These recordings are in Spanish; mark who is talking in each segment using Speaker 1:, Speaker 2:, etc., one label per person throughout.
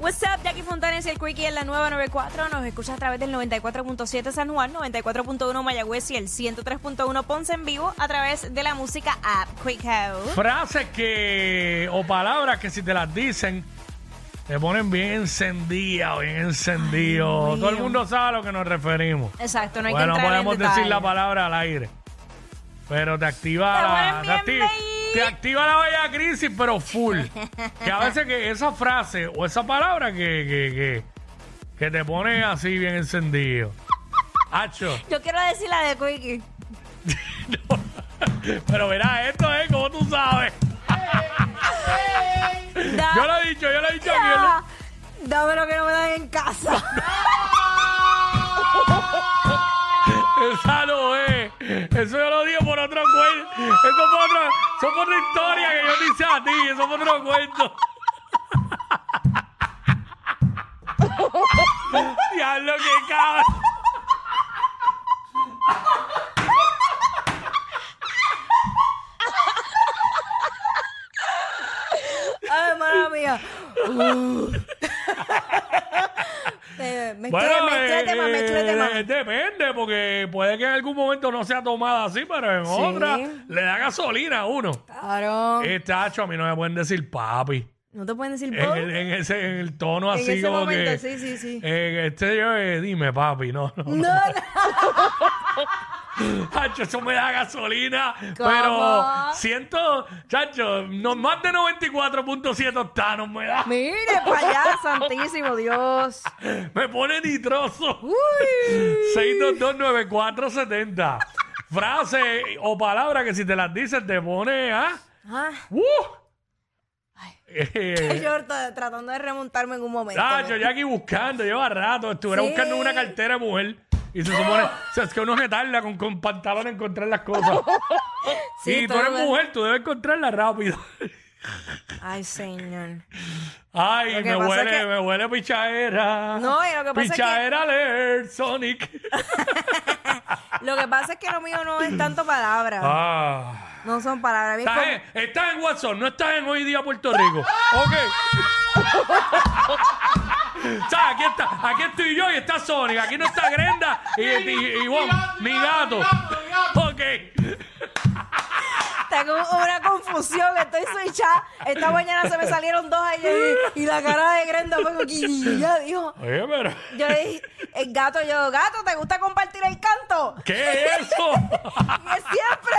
Speaker 1: What's up, Jackie Fontanes, el Quickie en la nueva 94. Nos escuchas a través del 94.7 San Juan, 94.1 Mayagüez y el 103.1 Ponce en vivo a través de la música app Quick House.
Speaker 2: Frases que o palabras que si te las dicen te ponen bien encendida o bien encendido.
Speaker 1: Dios
Speaker 2: Todo el
Speaker 1: mío.
Speaker 2: mundo sabe a lo que nos referimos.
Speaker 1: Exacto, no hay
Speaker 2: Bueno,
Speaker 1: que
Speaker 2: no
Speaker 1: entrar
Speaker 2: podemos
Speaker 1: en
Speaker 2: decir
Speaker 1: detalle.
Speaker 2: la palabra al aire. Pero te activa
Speaker 1: Te
Speaker 2: la,
Speaker 1: ponen
Speaker 2: te,
Speaker 1: bien
Speaker 2: acti-
Speaker 1: belli.
Speaker 2: te activa la bella crisis, pero full. que a veces que esa frase o esa palabra que, que, que, que te pone así bien encendido. Hacho.
Speaker 1: Yo quiero decir la de Quickie.
Speaker 2: Pero verá, esto es como tú sabes.
Speaker 1: Da-
Speaker 2: Yo lo he dicho, yo lo he dicho aquí. yo lo-
Speaker 1: Ya. Dame lo que no me dan en casa.
Speaker 2: Esa no es. eh. Eso yo lo digo por otro cuento. Eso fue otra, eso fue otra historia que yo te hice a ti. Eso fue otro cuento. Diablo, que cabrón.
Speaker 1: Ay, madre mía. Uh. Eh, mezclé, mezclé
Speaker 2: eh,
Speaker 1: tema, mezclé
Speaker 2: eh,
Speaker 1: tema.
Speaker 2: eh, depende, porque puede que en algún momento no sea tomada así, pero en otra le da gasolina a uno.
Speaker 1: Claro.
Speaker 2: Este hacho a mí no me pueden decir papi.
Speaker 1: No te pueden decir
Speaker 2: En
Speaker 1: pop.
Speaker 2: el, en ese, en el tono
Speaker 1: En
Speaker 2: así
Speaker 1: ese
Speaker 2: como
Speaker 1: momento,
Speaker 2: que.
Speaker 1: sí, sí, sí.
Speaker 2: eh, este yo, eh, dime, papi, no, no.
Speaker 1: No, no.
Speaker 2: Chacho, eso me da gasolina.
Speaker 1: ¿Cómo?
Speaker 2: Pero siento, chacho, no, más de 94.7 octanos me da.
Speaker 1: Mire para allá, santísimo Dios.
Speaker 2: Me pone nitroso.
Speaker 1: Uy.
Speaker 2: 6229470. Frase o palabra que si te las dices te pone, ¿ah?
Speaker 1: Ah,
Speaker 2: ¡Uh! Eh,
Speaker 1: yo tra- tratando de remontarme en un momento.
Speaker 2: Chacho, ya aquí buscando, lleva rato. Estuviera
Speaker 1: Sí.
Speaker 2: buscando una cartera de mujer. Y se supone, o sea, es que uno se tarda con, con pantalón en encontrar las cosas.
Speaker 1: Sí,
Speaker 2: y tú
Speaker 1: todo
Speaker 2: eres
Speaker 1: lo-
Speaker 2: mujer, tú debes encontrarla rápido.
Speaker 1: Ay, señor. Lo
Speaker 2: Ay,
Speaker 1: que
Speaker 2: me
Speaker 1: pasa
Speaker 2: huele,
Speaker 1: es que-
Speaker 2: me huele pichadera.
Speaker 1: No, y lo que pasa es que-
Speaker 2: pichadera alert, Sonic.
Speaker 1: Lo que pasa es que lo mío no es tanto palabras.
Speaker 2: ah.
Speaker 1: No son palabras. Bien
Speaker 2: Estás
Speaker 1: como-
Speaker 2: en, estás en WhatsApp, no estás en Hoy Día Puerto Rico. Ok. O sea, aquí, está, aquí estoy yo y está Sonic. Aquí no está Grenda y, y, y- y Juan, ni gato. Ok.
Speaker 1: Tengo una confusión, estoy switchada. Esta mañana se me salieron dos ayer y, y la cara de Grenda fue como que y ya dijo.
Speaker 2: Oye, pero.
Speaker 1: Yo le dije, el gato, yo, gato, ¿te gusta compartir el canto?
Speaker 2: ¿Qué es eso?
Speaker 1: Y es siempre.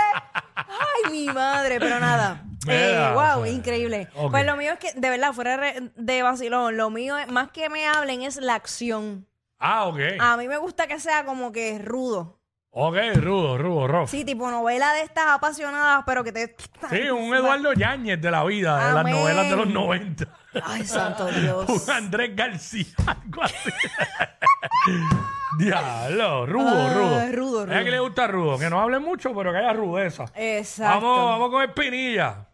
Speaker 1: Ay, mi madre, pero nada.
Speaker 2: Mira,
Speaker 1: Eh, wow,
Speaker 2: o sea,
Speaker 1: increíble.
Speaker 2: ok.
Speaker 1: Pues lo mío es que, de verdad, fuera re- de vacilón, lo mío es, más que me hablen es la acción.
Speaker 2: Ah, ok.
Speaker 1: A mí me gusta que sea como que rudo.
Speaker 2: Ok, rudo, rudo, rough.
Speaker 1: Sí, tipo novela de estas apasionadas, pero que te.
Speaker 2: Sí, un Eduardo Yáñez de la vida, de las
Speaker 1: Amén.
Speaker 2: novelas de los 90.
Speaker 1: Ay, santo Dios.
Speaker 2: Un Andrés García, algo así. Diablo, rudo,
Speaker 1: Ah,
Speaker 2: rudo.
Speaker 1: rudo, rudo.
Speaker 2: Es que le gusta rudo, que no hable mucho, pero que haya rudeza.
Speaker 1: Exacto.
Speaker 2: Vamos, vamos con Espinilla.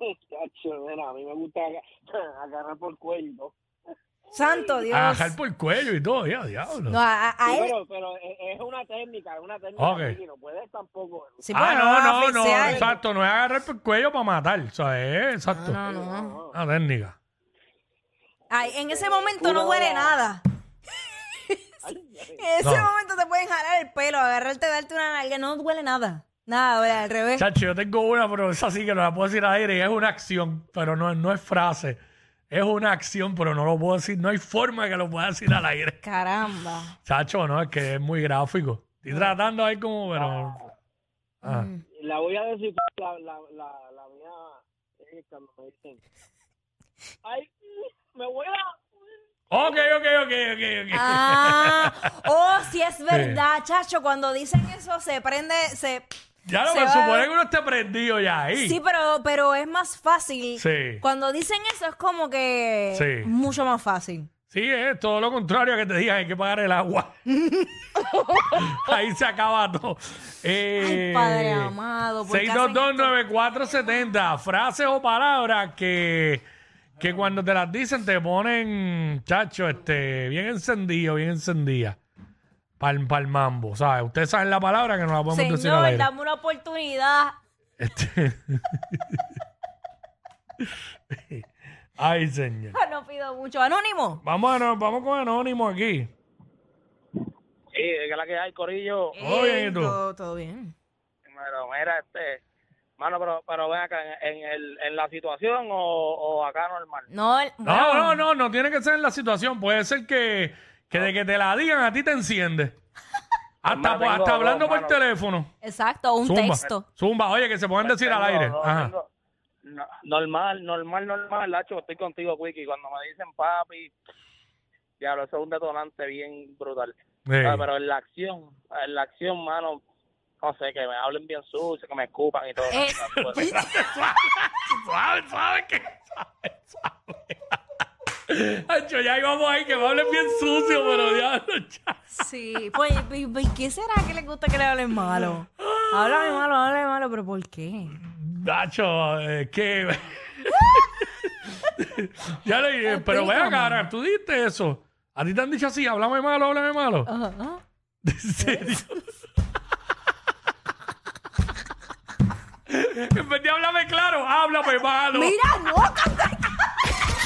Speaker 3: Chacho, nena, a mí me gusta aga- agarrar por cuello.
Speaker 1: Santo Dios.
Speaker 2: A jalar por el cuello y todo, ya, diablo.
Speaker 1: No, a, a- a
Speaker 3: Sí,
Speaker 1: él.
Speaker 3: pero, pero es es una técnica, es una técnica.
Speaker 2: Ok.
Speaker 3: Y no puedes tampoco.
Speaker 1: Sí,
Speaker 2: ah,
Speaker 1: pero
Speaker 2: no,
Speaker 1: va a
Speaker 2: no, no,
Speaker 1: asfixiar.
Speaker 2: exacto, no es agarrar por el cuello para matar, o sea, es exacto.
Speaker 1: No, no.
Speaker 2: Una técnica.
Speaker 1: Ay, en ese momento no duele nada. en ese
Speaker 2: No.
Speaker 1: momento te pueden jalar el pelo, agarrarte, darte una nalga, no duele nada. Nada, duele al revés.
Speaker 2: Chacho, yo tengo una, pero esa sí que no la puedo decir al aire y es una acción, pero no, no es frase. Es una acción, pero no lo puedo decir, no hay forma que lo pueda decir al aire.
Speaker 1: Caramba.
Speaker 2: Chacho, no, es que es muy gráfico. Estoy tratando ahí como, pero. Ah.
Speaker 3: La voy a decir, la, la, la, la mía es cuando me dicen, ay, me voy a...
Speaker 2: Ok, ok, ok, ok, ok.
Speaker 1: Ah, oh, sí es verdad, chacho, cuando dicen eso se prende, se...
Speaker 2: ya lo
Speaker 1: se
Speaker 2: que
Speaker 1: va-
Speaker 2: supone que uno esté prendido ya ahí.
Speaker 1: Sí, pero, pero es más fácil.
Speaker 2: Sí.
Speaker 1: Cuando dicen eso es como que
Speaker 2: Sí.
Speaker 1: mucho más fácil.
Speaker 2: Sí, es todo lo contrario a que te digan, hay que pagar el agua. ahí se acaba todo. Eh,
Speaker 1: Ay, padre amado, ¿por qué hacen
Speaker 2: 6229470. Frases o palabras que, que cuando te las dicen te ponen, chacho, este, bien encendido, bien encendida. Para el mambo, ¿sabes? Ustedes saben la palabra que no la podemos decir al
Speaker 1: Señor,
Speaker 2: aire.
Speaker 1: dame una oportunidad.
Speaker 2: Este- Ay, señor.
Speaker 1: No salido mucho. Anónimo.
Speaker 2: Vamos, a- vamos con Anónimo aquí.
Speaker 3: Sí, es que la que hay, Corillo.
Speaker 2: Todo bien, ¿y tú?
Speaker 1: Todo, todo bien.
Speaker 3: Pero mira, este. Mano, pero, pero ven acá, en, en el, en la situación o, o acá normal.
Speaker 1: No, el-
Speaker 2: No,
Speaker 1: bueno,
Speaker 2: no, no, no tiene que ser en la situación. Puede ser que, que de que te la digan a ti te enciende. Hasta,
Speaker 3: Hermano, tengo
Speaker 2: hasta hablando
Speaker 3: dos,
Speaker 2: por
Speaker 3: hermano.
Speaker 2: teléfono.
Speaker 1: Exacto, un
Speaker 2: Zumba.
Speaker 1: texto.
Speaker 2: Zumba, oye, que se pueden decir al
Speaker 3: Tengo-
Speaker 2: aire.
Speaker 3: no,
Speaker 2: Ajá.
Speaker 3: tengo- no, normal, normal, normal, Lacho, estoy contigo, Wiki. Cuando me dicen papi, diablo, eso es un detonante bien brutal.
Speaker 2: Sí.
Speaker 3: Ah, pero en la acción, en la acción, mano, no sé, que me hablen bien sucio, que me escupan y todo.
Speaker 1: Eh.
Speaker 3: No puedo.
Speaker 2: suave, suave, que suave, suave. Ancho, ya íbamos ahí, que me hablen bien sucio, pero ya, ya.
Speaker 1: Sí, pues, ¿y- y ¿qué será que les gusta que le hablen malo? Háblame malo, háblame malo, pero ¿por qué?
Speaker 2: Nacho, eh, es que. ya le dije, pero vean,
Speaker 1: Explícame.
Speaker 2: cara, tú diste eso. A ti te han dicho así, háblame malo, háblame malo.
Speaker 1: Ajá, ajá.
Speaker 2: ¿En serio? en vez de háblame claro, háblame malo.
Speaker 1: Mira, no,